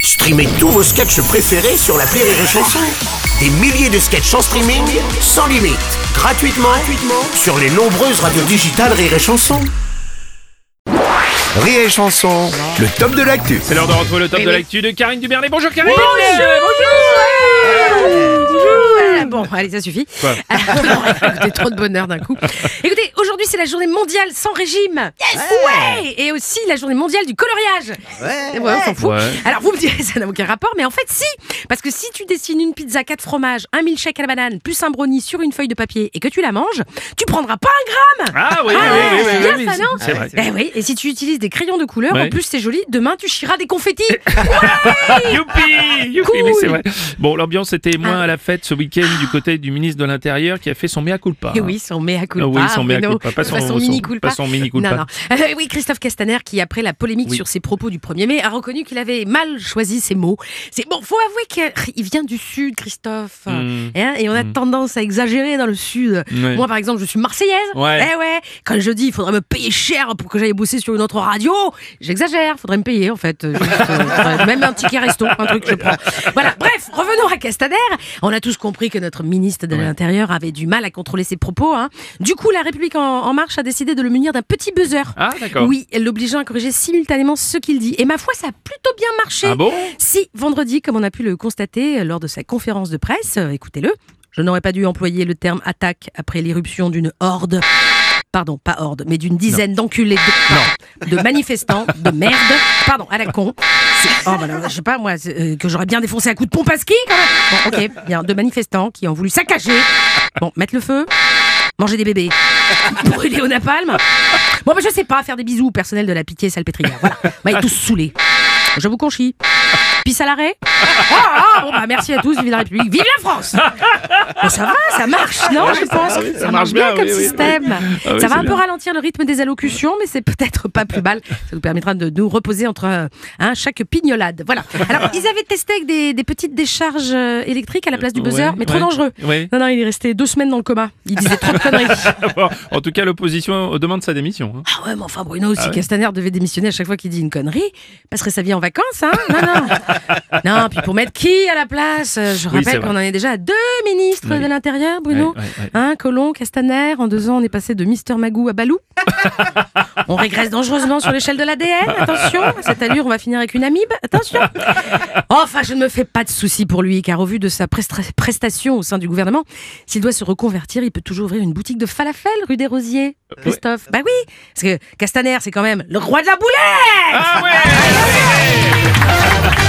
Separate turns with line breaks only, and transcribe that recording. Streamez tous vos sketchs préférés sur la Rire et Chanson. Des milliers de sketchs en streaming, sans limite, gratuitement, gratuitement sur les nombreuses radios digitales Rire et Chanson.
Rire et chanson, le top de l'actu.
C'est l'heure de retrouver le top
Eh
de l'actu de Karine Dubernet. Bonjour Karine
Voilà, Bon, allez, ça suffit. Non, écoutez, trop de bonheur d'un coup. Écoutez, aujourd'hui, c'est la journée mondiale sans régime. ouais Et aussi la journée mondiale du coloriage. Ouais, on s'en fout.
Ouais.
Alors, vous me direz, ça n'a aucun rapport, mais en fait, si. Parce que si tu dessines une pizza 4 fromages, un milkshake à la banane, plus un brownie sur une feuille de papier et que tu la manges, tu prendras pas un gramme
Ah oui, oui,
Ah,
oui, oui,
c'est
oui,
bien
oui,
ça, non
c'est vrai.
Eh oui, et si tu utilises des crayons de couleur,
Ouais.
en plus c'est joli, demain tu chieras des confettis
Youpi, youpi, mais
Cool. Ah.
c'est vrai. Bon, l'ambiance était moins à la fête ce week-end du côté du ministre de l'Intérieur qui a fait son mea culpa.
Et Eh oui, son mea culpa.
Ah oui, son mea
Bruno.
culpa, pas son- son-
mini culpa.
pas son mini culpa.
Non, non. Euh, oui, Christophe Castaner, qui après la polémique
Oui.
sur ses propos du 1er mai, a reconnu qu'il avait mal choisi ses mots. C'est bon, faut avouer qu'il vient du sud, Christophe.
Mm.
Hein, et on a
Mm.
tendance à exagérer dans le sud.
Ouais.
Moi, par exemple, je suis marseillaise.
Ouais.
Eh ouais. Quand je dis, il faudrait me payer cher pour que j'aille bosser sur une autre radio, j'exagère. Faudrait me payer, en fait. Juste, euh, faudrait- même un ticket resto, un truc, je prends. Voilà. Bref, revenons à Castaner. On a tous compris que notre ministre de
Ouais.
l'Intérieur avait du mal à contrôler ses propos. hein. Du coup, La République En, En Marche a décidé de le munir d'un petit buzzer.
Ah d'accord.
Oui, l'obligeant à corriger simultanément ce qu'il dit. Et ma foi, ça a plutôt bien marché.
Ah bon
Si, vendredi, comme on a pu le constater euh, lors de sa conférence de presse, euh, écoutez-le, je n'aurais pas dû employer le terme attaque après l'éruption d'une horde. Pardon, pas horde, mais d'une dizaine d'enculés de, de manifestants, de merde, pardon, à la con. C'est- Oh, bah, alors, je sais pas, moi, c'est, euh, que j'aurais bien défoncé à coups de pompe à ski, quand même. Bon, ok, bien, de manifestants qui ont voulu saccager, bon, mettre le feu, manger des bébés, brûler au napalm. Bon, bah, je sais pas, faire des bisous au personnel de la pitié salpêtrière. Voilà, bah, ils tous saoulés. Je vous conchis. Pisse à l'arrêt ah, ah, bon, bah, merci à tous, vive la République, vive la France Bon, Ça va, ça marche, non, je pense
oui, ça
Ça
marche
marche bien
bien,
comme
oui, oui,
système.
Ah oui,
Ça
c'est
va un peu
bien.
ralentir le rythme des allocutions, mais c'est peut-être pas plus mal. Ça nous permettra de nous reposer entre euh, hein, chaque pignolade. Voilà. Alors, ils avaient testé avec des, des petites décharges euh, électriques à la place du buzzer,
Ouais,
mais trop
ouais.
dangereux.
Ouais.
Non, non, il est resté deux semaines dans le coma. Il disait trop de conneries.
Bon, en tout cas, l'opposition demande sa démission. hein.
Ah ouais, mais enfin Bruno, si Castaner devait démissionner à chaque fois qu'il dit une connerie, passerait sa vie en vacances, hein Non, non. non, puis pour mettre qui à la place Euh, Je
Oui, c'est
rappelle
vrai.
qu'on en est déjà à deux ministres
Oui.
de l'Intérieur, Bruno.
Ouais, ouais, ouais.
Hein, Colomb, Castaner, en deux ans, on est passé de Mister Magoo à Balou. on régresse dangereusement sur l'échelle de l'ADN. Attention, à cette allure, on va finir avec une amibe. Attention. Enfin, je ne me fais pas de soucis pour lui, car au vu de sa prestra- prestation au sein du gouvernement, s'il doit se reconvertir, il peut toujours ouvrir une boutique de falafel rue des Rosiers. Christophe. Bah oui, parce que Castaner, c'est quand même le roi de la boulette.
Ah ouais